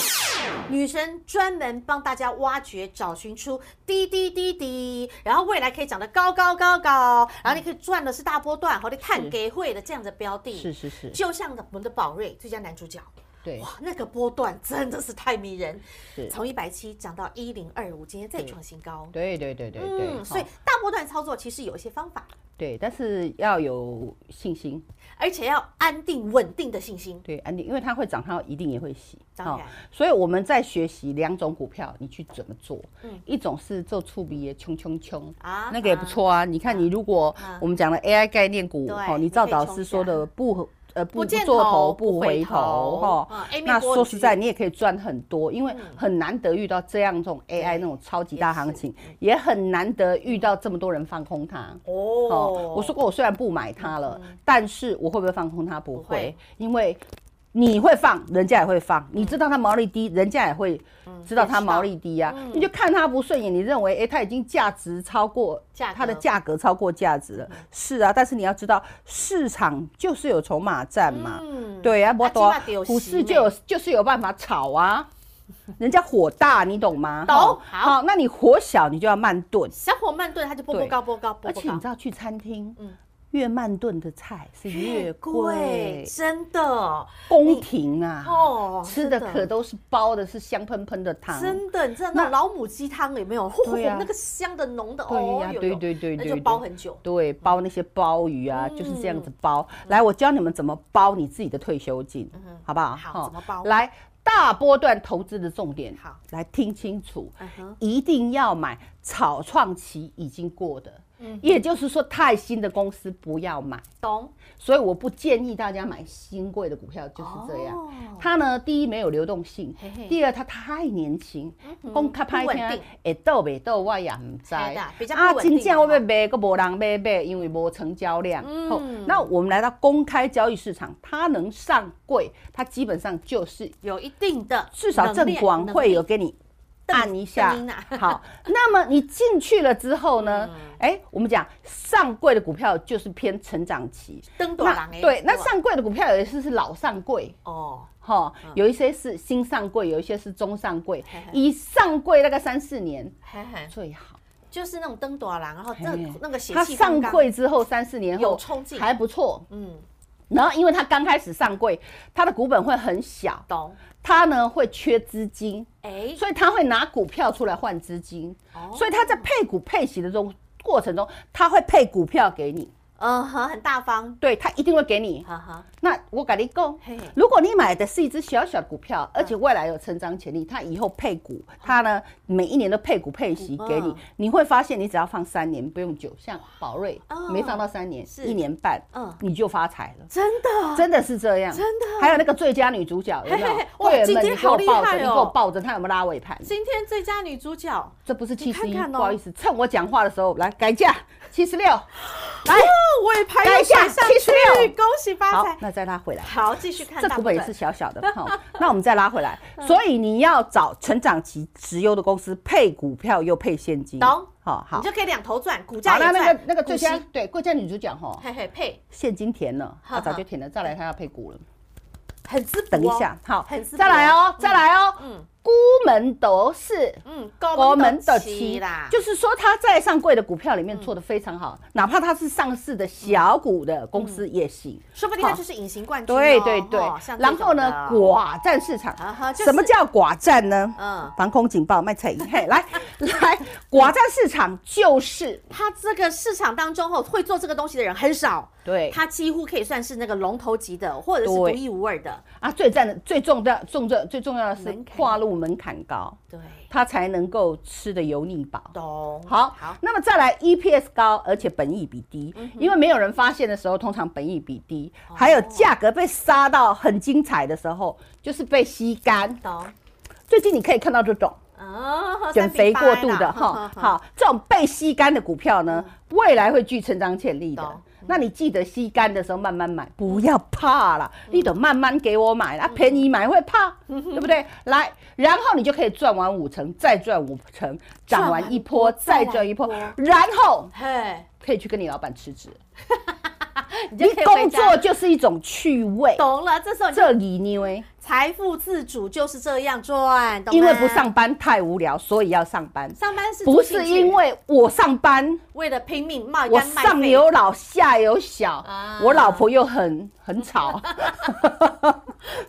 Speaker 1: 女神专门帮大家挖掘、找寻出滴滴滴滴，然后未来可以涨得高高高高，然后你可以赚的是大波段和你探给会的这样的标的，
Speaker 2: 是是是，
Speaker 1: 就像我们的宝瑞最佳男主角，
Speaker 2: 对
Speaker 1: 哇，，那个波段真的是太迷人，
Speaker 2: 是，
Speaker 1: 从一百七涨到一零二五，今天再创新高。嗯
Speaker 2: 对对对对对，
Speaker 1: 所以
Speaker 2: 好
Speaker 1: 大波段操作其实有一些方法，
Speaker 2: 对，但是要有信心，
Speaker 1: 而且要安定稳定的信心。
Speaker 2: 对，安定，因为它会涨，它一定也会洗，
Speaker 1: 当然
Speaker 2: 好所以我们在学习两种股票，你去怎么做
Speaker 1: 嗯？
Speaker 2: 一种是做触鼻也冲冲冲
Speaker 1: 啊
Speaker 2: 啊，那个也不错啊。你看，你如果
Speaker 1: 啊
Speaker 2: 我们讲的 AI 概念股，
Speaker 1: 对
Speaker 2: 哦，
Speaker 1: 你
Speaker 2: 你照
Speaker 1: 可以
Speaker 2: 导
Speaker 1: 冲
Speaker 2: 师
Speaker 1: 下
Speaker 2: 说的不。呃，不
Speaker 1: 不见
Speaker 2: 做
Speaker 1: 头
Speaker 2: 头
Speaker 1: 不
Speaker 2: 不
Speaker 1: 回
Speaker 2: 回
Speaker 1: 头
Speaker 2: 头
Speaker 1: 嗯
Speaker 2: 哈
Speaker 1: ，Amy，
Speaker 2: 那
Speaker 1: 郭
Speaker 2: 说
Speaker 1: 女
Speaker 2: 实在，你也可以赚很多，因为很难得遇到这样这种 AI 那种超级
Speaker 1: 嗯
Speaker 2: 大
Speaker 1: 也是嗯
Speaker 2: 行情，也很难得遇到这么多人放空它。
Speaker 1: 哦嗯
Speaker 2: 哦，我说过，我虽然不买它了，但是我会不会放空它？不
Speaker 1: 不会嗯
Speaker 2: 会，因为你会放，人家也会放；你知道它毛利低，人家也会知道它毛利低呀、
Speaker 1: 嗯
Speaker 2: 你就看它不顺眼，你认为诶，它已经价值超过
Speaker 1: 价格嗯
Speaker 2: 它的价格超过价值了，是啊。但是你要知道，市场就是有筹码战嘛，
Speaker 1: 嗯
Speaker 2: 对啊，
Speaker 1: 啊
Speaker 2: 我懂
Speaker 1: 这嘛就，是
Speaker 2: 股市就有就是有办法炒啊。人家火大，你懂吗？
Speaker 1: 懂
Speaker 2: 哦
Speaker 1: 好
Speaker 2: 好，那你火小，你就要慢炖。
Speaker 1: 小火慢炖，它就波波
Speaker 2: 对啊
Speaker 1: 高波高波
Speaker 2: 而
Speaker 1: 波
Speaker 2: 且你知
Speaker 1: 高，
Speaker 2: 道去餐厅，
Speaker 1: 嗯
Speaker 2: 越慢炖的菜是越贵，
Speaker 1: 哎真的
Speaker 2: 宫廷啊，
Speaker 1: 哦，
Speaker 2: 吃的
Speaker 1: 真
Speaker 2: 可都是包的，是香喷喷的汤。
Speaker 1: 真的，你知道那
Speaker 2: 那
Speaker 1: 种老母鸡汤有没有？呼
Speaker 2: 对啊
Speaker 1: 那个香的浓的，
Speaker 2: 对
Speaker 1: 哦
Speaker 2: 呀，
Speaker 1: 有
Speaker 2: 对
Speaker 1: 有
Speaker 2: 对对
Speaker 1: 那
Speaker 2: 对
Speaker 1: 就
Speaker 2: 对
Speaker 1: 包很嗯久。
Speaker 2: 对，包那些鲍鱼啊，就是这样子包。
Speaker 1: 嗯
Speaker 2: 来，我教你们怎么包你自己的退休金，好不好？
Speaker 1: 好
Speaker 2: 哦
Speaker 1: 怎么包
Speaker 2: 来，大波段投资的重点，
Speaker 1: 好，
Speaker 2: 来听清楚，
Speaker 1: 嗯哼，
Speaker 2: 一定要买草创期已经过的，
Speaker 1: 嗯
Speaker 2: 也就是说太新的公司不要买。
Speaker 1: 懂，
Speaker 2: 所以我不建议大家买新贵的股票，就是这样。
Speaker 1: 哦
Speaker 2: 它呢，第一没有流动性
Speaker 1: 嘿嘿，嗯
Speaker 2: 第二它太年轻，
Speaker 1: 哼
Speaker 2: 讲较
Speaker 1: 不
Speaker 2: 歹
Speaker 1: 稳
Speaker 2: 听
Speaker 1: 定，
Speaker 2: 会倒袂倒我也唔知。
Speaker 1: 嘿啦比较
Speaker 2: 啊
Speaker 1: 不，稳定
Speaker 2: 真正我要卖，个无人买买，因为无成交量。
Speaker 1: 嗯
Speaker 2: 好，那我们来到公开交易市场，它能上柜，它基本上就是
Speaker 1: 有一定的
Speaker 2: 至少证管会有给你按一下
Speaker 1: 邓英啊。
Speaker 2: 好，那么你进去了之
Speaker 1: <laughs>
Speaker 2: 后呢？
Speaker 1: 嗯
Speaker 2: 哎，我们讲上柜的股票就是偏成长期，
Speaker 1: 登短
Speaker 2: 那
Speaker 1: 郎哎，
Speaker 2: 对，那
Speaker 1: 吧
Speaker 2: 上柜的股票有一些是老上柜。
Speaker 1: 哦，
Speaker 2: 哈，有一些是新上柜，有一些是中上柜
Speaker 1: 嘿嘿。
Speaker 2: 以上柜大概三四年
Speaker 1: 嘿嘿，
Speaker 2: 最好，
Speaker 1: 就是那种登短郎，然后这
Speaker 2: 嘿
Speaker 1: 那个血
Speaker 2: 它
Speaker 1: 气方
Speaker 2: 上
Speaker 1: 刚，
Speaker 2: 柜之后三四年后
Speaker 1: 有冲劲
Speaker 2: 还不错。
Speaker 1: 嗯，
Speaker 2: 然后因为它刚开始上柜，它的股本会很小，
Speaker 1: 懂，
Speaker 2: 它呢会缺资金，
Speaker 1: 哎，
Speaker 2: 所以它会拿股票出来换资金
Speaker 1: 哦，
Speaker 2: 所以它在配股配息的中过程中，它会配股票给你，
Speaker 1: 嗯哼，很大方，
Speaker 2: 对，它一定会给你。
Speaker 1: 哈哈，
Speaker 2: 那我跟你讲
Speaker 1: 嘿嗯嘿，
Speaker 2: 如果你买的是一只小小的股票，而且未来有成长潜力，它以后配股，它呢每一年都配股配息给你
Speaker 1: 嗯，
Speaker 2: 你会发现你只要放三年，不用久，像宝瑞
Speaker 1: 哦
Speaker 2: 没放到三年，
Speaker 1: 是
Speaker 2: 一年半
Speaker 1: 嗯，
Speaker 2: 你就发财了。
Speaker 1: 真的，
Speaker 2: 真的是这样，真的。还有那个最佳女主角有没有
Speaker 1: 嘿嘿嘿？哇
Speaker 2: 会员们，
Speaker 1: 今天
Speaker 2: 你给我
Speaker 1: 好厉
Speaker 2: 抱着，
Speaker 1: 害
Speaker 2: 你给
Speaker 1: 哦
Speaker 2: 我抱着，她有没有拉尾盘？
Speaker 1: 今天最佳女主角，
Speaker 2: 这不是
Speaker 1: 你
Speaker 2: 七
Speaker 1: 看
Speaker 2: 十一，
Speaker 1: 看
Speaker 2: 不
Speaker 1: 哦
Speaker 2: 好意思，趁我讲话的时候来改价，七十六。来，
Speaker 1: 哦，尾盘
Speaker 2: 改
Speaker 1: 又
Speaker 2: 一下
Speaker 1: 甩上去，
Speaker 2: 76
Speaker 1: 恭喜发
Speaker 2: 好
Speaker 1: 财，。
Speaker 2: 那再拉回来。
Speaker 1: 好，继续看
Speaker 2: 这
Speaker 1: 大
Speaker 2: 股
Speaker 1: 部
Speaker 2: 本
Speaker 1: 分嗯
Speaker 2: 也是小小的哈、 <laughs> 那我们再拉回来，所以你要找成长期直优的公司，配股票又配现金，
Speaker 1: 懂
Speaker 2: 好好
Speaker 1: 你就，可以两头赚，股价
Speaker 2: 好，
Speaker 1: 也
Speaker 2: 那
Speaker 1: 赚，
Speaker 2: 那个那个最
Speaker 1: 股
Speaker 2: 佳
Speaker 1: 息，
Speaker 2: 对最佳女主角哈、
Speaker 1: 嘿嘿配，
Speaker 2: 现金填了，
Speaker 1: 好
Speaker 2: 她早
Speaker 1: 好
Speaker 2: 就填了，再来她要配股了，
Speaker 1: 很滋补、哦。
Speaker 2: 等一下，好
Speaker 1: 很，滋补、
Speaker 2: 再来哦，再来哦，
Speaker 1: 嗯
Speaker 2: 孤门斗士。
Speaker 1: 嗯，高
Speaker 2: 国门
Speaker 1: 的
Speaker 2: 的
Speaker 1: 期
Speaker 2: 期
Speaker 1: 啦，
Speaker 2: 就是说它在上柜的股票里
Speaker 1: 嗯
Speaker 2: 面做得非常好，哪怕它是上市的小股的公
Speaker 1: 嗯
Speaker 2: 司也行。
Speaker 1: 说不定它
Speaker 2: 好
Speaker 1: 就是隐形冠军、哦。
Speaker 2: 对对对
Speaker 1: 哦像，这
Speaker 2: 然后
Speaker 1: 种
Speaker 2: 呢
Speaker 1: 的，
Speaker 2: 寡占市场
Speaker 1: 啊哈就，是
Speaker 2: 什么叫寡占呢？
Speaker 1: 嗯
Speaker 2: 防空警报，卖彩银，嘿，来 <laughs> 来，寡占市场就是
Speaker 1: 它这个市场当中后会做这个东西的人很少，
Speaker 2: 对
Speaker 1: 它几乎可以算是那个龙头级的，或者是独
Speaker 2: 对
Speaker 1: 一无二的。
Speaker 2: 啊，最占的最重要重要最重要的是
Speaker 1: 门槛
Speaker 2: 跨入门槛高，
Speaker 1: 对，
Speaker 2: 它才能够吃得油腻饱。
Speaker 1: 懂。
Speaker 2: 好，
Speaker 1: 好，嗯
Speaker 2: 那么再来 EPS 高，而且本益比低，因为没有人发现的时候，通常本益比低，
Speaker 1: 哦
Speaker 2: 还有价格被杀到很精彩的时候，就是被吸干。
Speaker 1: 懂。
Speaker 2: 最近你可以看到这种
Speaker 1: 哦，
Speaker 2: 减肥过度
Speaker 1: 3比8啦
Speaker 2: 的哈，，
Speaker 1: 呵呵呵
Speaker 2: 好，这种被吸干的股票呢，未来会具成长潜力
Speaker 1: 嗯懂嗯
Speaker 2: 的。那你记得吸干的时候慢慢买，不要怕啦，
Speaker 1: 嗯
Speaker 2: 你等慢慢给我买啦，便宜买会怕，对不对？来，然后你就可以赚完五成，再赚五成，
Speaker 1: 赚
Speaker 2: 涨
Speaker 1: 完
Speaker 2: 完一波，再赚一波
Speaker 1: 再来一，
Speaker 2: 然后
Speaker 1: <laughs> 嘿，
Speaker 2: 可以去跟你老板辞职。
Speaker 1: <laughs> 你
Speaker 2: 你
Speaker 1: 就可以
Speaker 2: 工
Speaker 1: 回家
Speaker 2: 作就是一种趣味，
Speaker 1: 懂啊了。这时候你就
Speaker 2: 这里因为
Speaker 1: 财富自主就是这样赚，懂吗
Speaker 2: 因为不上班太无聊，所以要上班。
Speaker 1: 上班是
Speaker 2: 不
Speaker 1: 做兴
Speaker 2: 是
Speaker 1: 趣
Speaker 2: 因为我上班，
Speaker 1: 为了拼命冒
Speaker 2: 我
Speaker 1: 干卖
Speaker 2: 上
Speaker 1: 肺
Speaker 2: 有老下有小
Speaker 1: 啊，
Speaker 2: 我老婆又很
Speaker 1: <laughs>
Speaker 2: 很吵，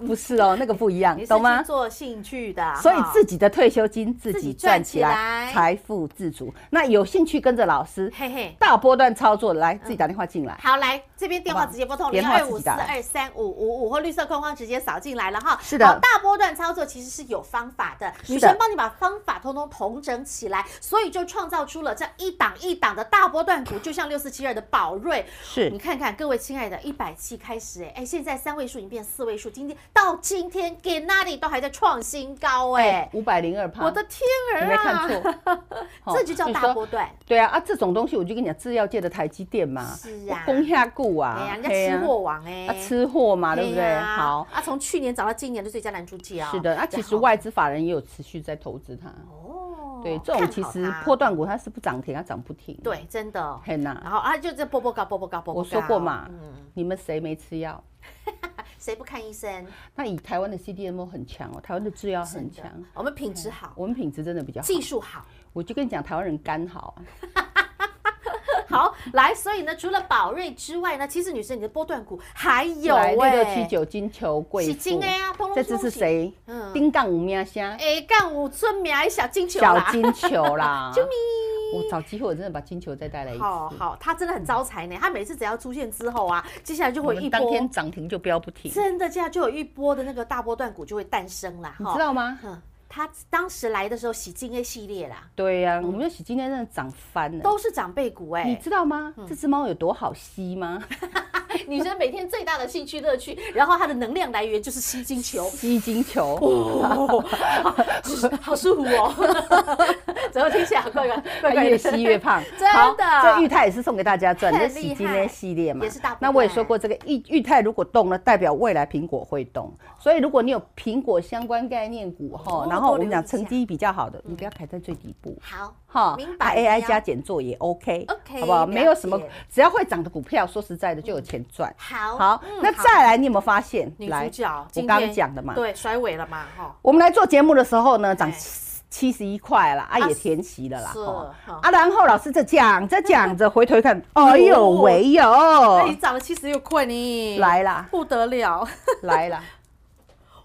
Speaker 2: 不是哦，那个不一样
Speaker 1: 你，是
Speaker 2: 懂
Speaker 1: 去
Speaker 2: 吗？
Speaker 1: 做兴趣的，
Speaker 2: 所以
Speaker 1: 哈
Speaker 2: 自己的退休金自
Speaker 1: 自己
Speaker 2: 己
Speaker 1: 赚
Speaker 2: 赚起
Speaker 1: 起
Speaker 2: 来
Speaker 1: 来，
Speaker 2: 财富自主。那有兴趣跟着老师
Speaker 1: 嘿嘿。嗯
Speaker 2: 大波段操作，来自己打电话进来。
Speaker 1: 好，来这边电话
Speaker 2: 好不好
Speaker 1: 直接拨通零
Speaker 2: 电话
Speaker 1: 二
Speaker 2: 自
Speaker 1: 五
Speaker 2: 己
Speaker 1: 四
Speaker 2: 打
Speaker 1: 二三五五五或绿色框框直接扫进来了哈。
Speaker 2: 是的
Speaker 1: 好大波段操作其实是有方法的，
Speaker 2: 是的
Speaker 1: 女生帮你把方法通通统整起来，所以就创造出了这一档一档的大波段股，就像六四七二的宝瑞，
Speaker 2: 是
Speaker 1: 你看看各位亲爱的，一百七开始哎、哎，现在三位数已经变四位数，今天到今天给那里都还在创新高哎、
Speaker 2: 五百零二趴，
Speaker 1: 我的天
Speaker 2: 啊你
Speaker 1: 儿
Speaker 2: 没
Speaker 1: 啊！
Speaker 2: 看错，
Speaker 1: <laughs>
Speaker 2: 哦
Speaker 1: 这就叫大。波
Speaker 2: 所以说
Speaker 1: 段。
Speaker 2: 对啊啊，这种东西我就跟你讲，制药界的台积电嘛，
Speaker 1: 是啊
Speaker 2: 攻下固
Speaker 1: 哎
Speaker 2: 啊
Speaker 1: 呀，，人家
Speaker 2: 嘿
Speaker 1: 吃
Speaker 2: 啊
Speaker 1: 货王哎、
Speaker 2: 啊，吃货嘛，对不
Speaker 1: 哎
Speaker 2: 对？
Speaker 1: 呀
Speaker 2: 好，
Speaker 1: 啊，从去年找到今年的最佳男主角、
Speaker 2: 是的，那啊其实
Speaker 1: 然后
Speaker 2: 外资法人也有持续在投资它。
Speaker 1: 哦，
Speaker 2: 对，这种
Speaker 1: 看
Speaker 2: 其
Speaker 1: 好
Speaker 2: 实
Speaker 1: 它
Speaker 2: 破断股它是不涨停，它涨不停。，
Speaker 1: 对，真的。
Speaker 2: 很
Speaker 1: 然
Speaker 2: 难。
Speaker 1: 后啊，就这波波高，波波高，波波
Speaker 2: 我
Speaker 1: 高。
Speaker 2: 说过嘛
Speaker 1: 嗯，
Speaker 2: 你们谁没吃药？
Speaker 1: 谁不看医生？
Speaker 2: 那以台湾的 CDMO 很强哦，台湾的制药很
Speaker 1: 真的
Speaker 2: 强，，嗯
Speaker 1: 我们品质好，
Speaker 2: 我们品质真的比较好。
Speaker 1: 技术好。
Speaker 2: 我就跟你讲，台湾人肝好啊，
Speaker 1: 好，来，所以呢，除了宝瑞之外呢，其实女生你的波段股还有
Speaker 2: 来
Speaker 1: 哎，
Speaker 2: 六六七九金球
Speaker 1: 是
Speaker 2: 贵
Speaker 1: 金
Speaker 2: 妇，
Speaker 1: 哎呀，通通
Speaker 2: 这只是？谁？
Speaker 1: 嗯
Speaker 2: 丁杠五喵虾，
Speaker 1: 哎，干五村苗小金球啊
Speaker 2: 小
Speaker 1: 啦。
Speaker 2: 金球
Speaker 1: <laughs>
Speaker 2: 啦，救命！我找机会，我真的把金球再带来一次。
Speaker 1: 好好，他真的很招财呢。他每次只要出现之后啊，接下来就
Speaker 2: 我
Speaker 1: 会有一
Speaker 2: 们
Speaker 1: 波
Speaker 2: 当天涨停就飙不停，
Speaker 1: 真的，这样就有一波的那个大波段股就会诞生啦，
Speaker 2: 你知道吗？
Speaker 1: 嗯，他当时来的时候，喜金 A 系列啦，
Speaker 2: 对呀、我们的喜今天真的涨翻了。
Speaker 1: 都是长辈股哎、
Speaker 2: 你知道吗？这只猫有多好吸吗？，
Speaker 1: <laughs> 女生每天最大的兴趣乐趣，然后她的能量来源就是吸金球
Speaker 2: <laughs> 吸金球，
Speaker 1: 哦， <laughs> 好舒服哦， <laughs> 怎么听起来好怪怪怪
Speaker 2: 它
Speaker 1: 怪
Speaker 2: <laughs> 越
Speaker 1: 的？。
Speaker 2: 吸越胖
Speaker 1: <laughs> 真
Speaker 2: 好
Speaker 1: 的
Speaker 2: 这裕泰也是送给大家赚，
Speaker 1: 很
Speaker 2: 这
Speaker 1: 厉害
Speaker 2: 喜今天系列嘛，
Speaker 1: 也是大部分
Speaker 2: 那我也说过，这个裕裕泰如果动了，代表未来苹果会动。所以如果你有苹果相关概念股哈
Speaker 1: 哦，
Speaker 2: 然后
Speaker 1: 多
Speaker 2: 我
Speaker 1: 留
Speaker 2: 们讲
Speaker 1: 意一下
Speaker 2: 成绩比较好的，你不要排在最底部。
Speaker 1: 好，
Speaker 2: 哈，
Speaker 1: 明
Speaker 2: 啊
Speaker 1: 白了
Speaker 2: AI 加减做也 OK，
Speaker 1: OK，
Speaker 2: 好不好？没有什么
Speaker 1: 了解，
Speaker 2: 只要会涨的股票，说实在的就有钱赚。
Speaker 1: 好，
Speaker 2: 好
Speaker 1: 嗯，
Speaker 2: 那再来，你有没有发现？
Speaker 1: 女主角，
Speaker 2: 我
Speaker 1: 今
Speaker 2: 刚
Speaker 1: 天
Speaker 2: 讲的嘛，哦
Speaker 1: 对，甩尾了嘛，哈，
Speaker 2: 我们来做节目的时候呢，涨
Speaker 1: 哎
Speaker 2: 七十一块啦，啊
Speaker 1: 啊
Speaker 2: 也填息了啦，
Speaker 1: 是
Speaker 2: 哦
Speaker 1: 好
Speaker 2: 啊，然后老师这讲着讲着，回
Speaker 1: <laughs>
Speaker 2: 头一看，哎呦
Speaker 1: 哦
Speaker 2: 喂
Speaker 1: 那
Speaker 2: 呦
Speaker 1: 你，涨了七十六块呢，
Speaker 2: 来啦
Speaker 1: 不得了，<laughs>
Speaker 2: 来啦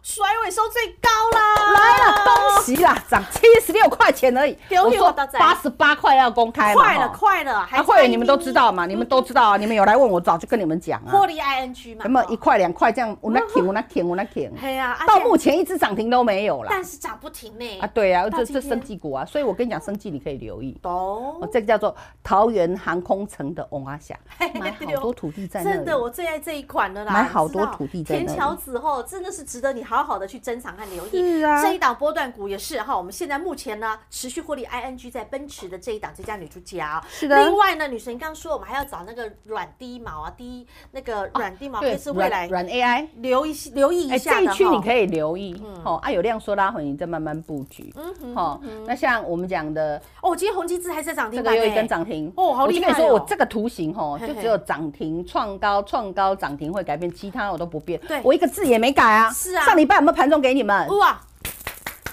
Speaker 1: 甩尾收最高啦，
Speaker 2: 来啦，恭喜啦，涨七十六块钱而已，
Speaker 1: 丢脸我到在
Speaker 2: 八十八块要公开嘛，
Speaker 1: 快了
Speaker 2: 哦
Speaker 1: 快了，还
Speaker 2: 啊，会员你们都知道嘛，你们都知道啊，你们有来问我，早就跟你们讲啊
Speaker 1: 获，利 ing 嘛，
Speaker 2: 有没有
Speaker 1: 哈
Speaker 2: 一块两块这样，我那舔我那舔我那舔，
Speaker 1: 嘿呀、啊，
Speaker 2: 到
Speaker 1: 而且
Speaker 2: 目前一只涨停都没有啦，
Speaker 1: 但是涨不停呢、
Speaker 2: 啊，对啊，
Speaker 1: 到
Speaker 2: 这
Speaker 1: 今
Speaker 2: 这
Speaker 1: 天
Speaker 2: 生技股啊，所以我跟你讲，生技你可以留意。
Speaker 1: 懂
Speaker 2: 哦，这个叫做桃园航空城的啊翁阿霞，买
Speaker 1: 哎对哦
Speaker 2: 好多土地在那里。
Speaker 1: 真的，我最爱这一款的啦。
Speaker 2: 买
Speaker 1: 你知
Speaker 2: 好多
Speaker 1: 道
Speaker 2: 土地在
Speaker 1: 田
Speaker 2: 那
Speaker 1: 桥
Speaker 2: 里
Speaker 1: 子后真的是值得你好好的去珍藏和留意。
Speaker 2: 是啊
Speaker 1: 这一档波段股也是哈，我们现在目前呢持续获利 ING 在奔驰的这一档最佳女主角。啊
Speaker 2: 是的
Speaker 1: 另外呢，女神刚说我们还要找那个软低毛啊，低那个软低毛，可以是未来
Speaker 2: 哦软软 AI。
Speaker 1: 留一留意一
Speaker 2: 哎，
Speaker 1: 下
Speaker 2: 这一
Speaker 1: 的
Speaker 2: 区你
Speaker 1: 哈。嗯
Speaker 2: 可以留意，哦，啊有量缩拉回，你再慢慢布局，哦，那像我们讲的
Speaker 1: 哦，今天红基资还在涨
Speaker 2: 这
Speaker 1: 停
Speaker 2: 个
Speaker 1: 板
Speaker 2: 又一
Speaker 1: 呢
Speaker 2: 根涨停，
Speaker 1: 哦好
Speaker 2: 我就
Speaker 1: 厉
Speaker 2: 跟你
Speaker 1: 害
Speaker 2: 说，我
Speaker 1: 哦
Speaker 2: 这个图形哦，
Speaker 1: 嘿
Speaker 2: 就
Speaker 1: 嘿
Speaker 2: 只有涨停、创高、创高、涨停会改变，其他我都不变，
Speaker 1: 对
Speaker 2: 我一个字也没改啊。
Speaker 1: 是啊
Speaker 2: 上礼拜有没有盘中给你们？
Speaker 1: 哇！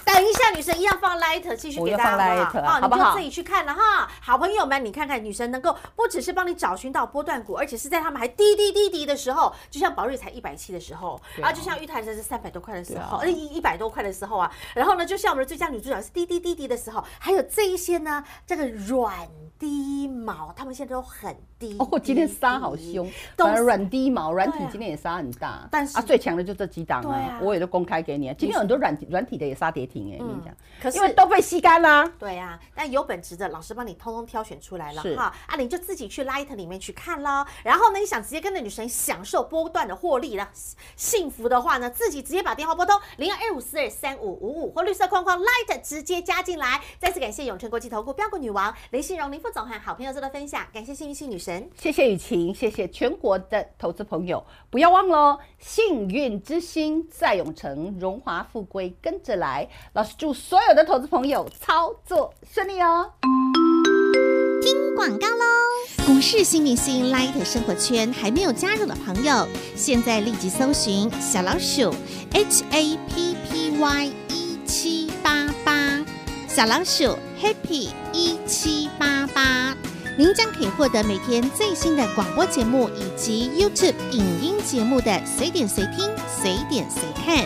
Speaker 1: 等一下，女神一样放 light，继续
Speaker 2: 我
Speaker 1: 给
Speaker 2: 又
Speaker 1: 大家
Speaker 2: 放 light，
Speaker 1: 啊
Speaker 2: 好不
Speaker 1: 你就
Speaker 2: 好
Speaker 1: 自己去看了哈。好朋友们，你看看女神能够不只是帮你找寻到波段股，而且是在他们还低低低低的时候，就像宝瑞才一百七的时候，
Speaker 2: 对啊
Speaker 1: 啊，就像玉台才是三百多块的时
Speaker 2: 对啊
Speaker 1: 候，呃一一百多块的时候啊，然后呢，就像我们的最佳女主角是低低低低的时候，还有这一些呢，这个软低毛，他们现在都很低。
Speaker 2: 哦，今天杀好
Speaker 1: 低低
Speaker 2: 凶，
Speaker 1: 嗯都
Speaker 2: 反而
Speaker 1: 是
Speaker 2: 软低毛、软体
Speaker 1: 对啊
Speaker 2: 今天也杀很大，
Speaker 1: 但是
Speaker 2: 啊，最强的就这几档
Speaker 1: 对啊嗯
Speaker 2: 啊，我也都公开给你啊。今天有很多软体软体的也杀跌停哎，我跟你讲，
Speaker 1: 可是
Speaker 2: 因为都被吸干啦。
Speaker 1: 对呀、但有本质的老师帮你通通挑选出来了
Speaker 2: 是
Speaker 1: 哈，啊，你就自己去 Light 里面去看喽。然后呢，你想直接跟着女神享受波段的获利了，幸福的话呢，自己直接把电话拨通零二二五四二三五五五或绿色框框 Light 直接加进来。再次感谢永诚国际投顾标股女王林信荣林副总和好朋友做的分享，感谢幸运星女神。
Speaker 2: 谢谢雨晴，谢谢全国的投资朋友，不要忘了哦，幸运之星在永城，荣华富贵跟着来。老师祝所有的投资朋友操作顺利哦。
Speaker 4: 广告喽！股市新明星 Light 生活圈还没有加入的朋友，现在立即搜寻小老鼠 HAPPY 一 E 七八八，小老鼠 Happy 一七八八，您将可以获得每天最新的广播节目以及 YouTube 影音节目的随点随听、随点随看。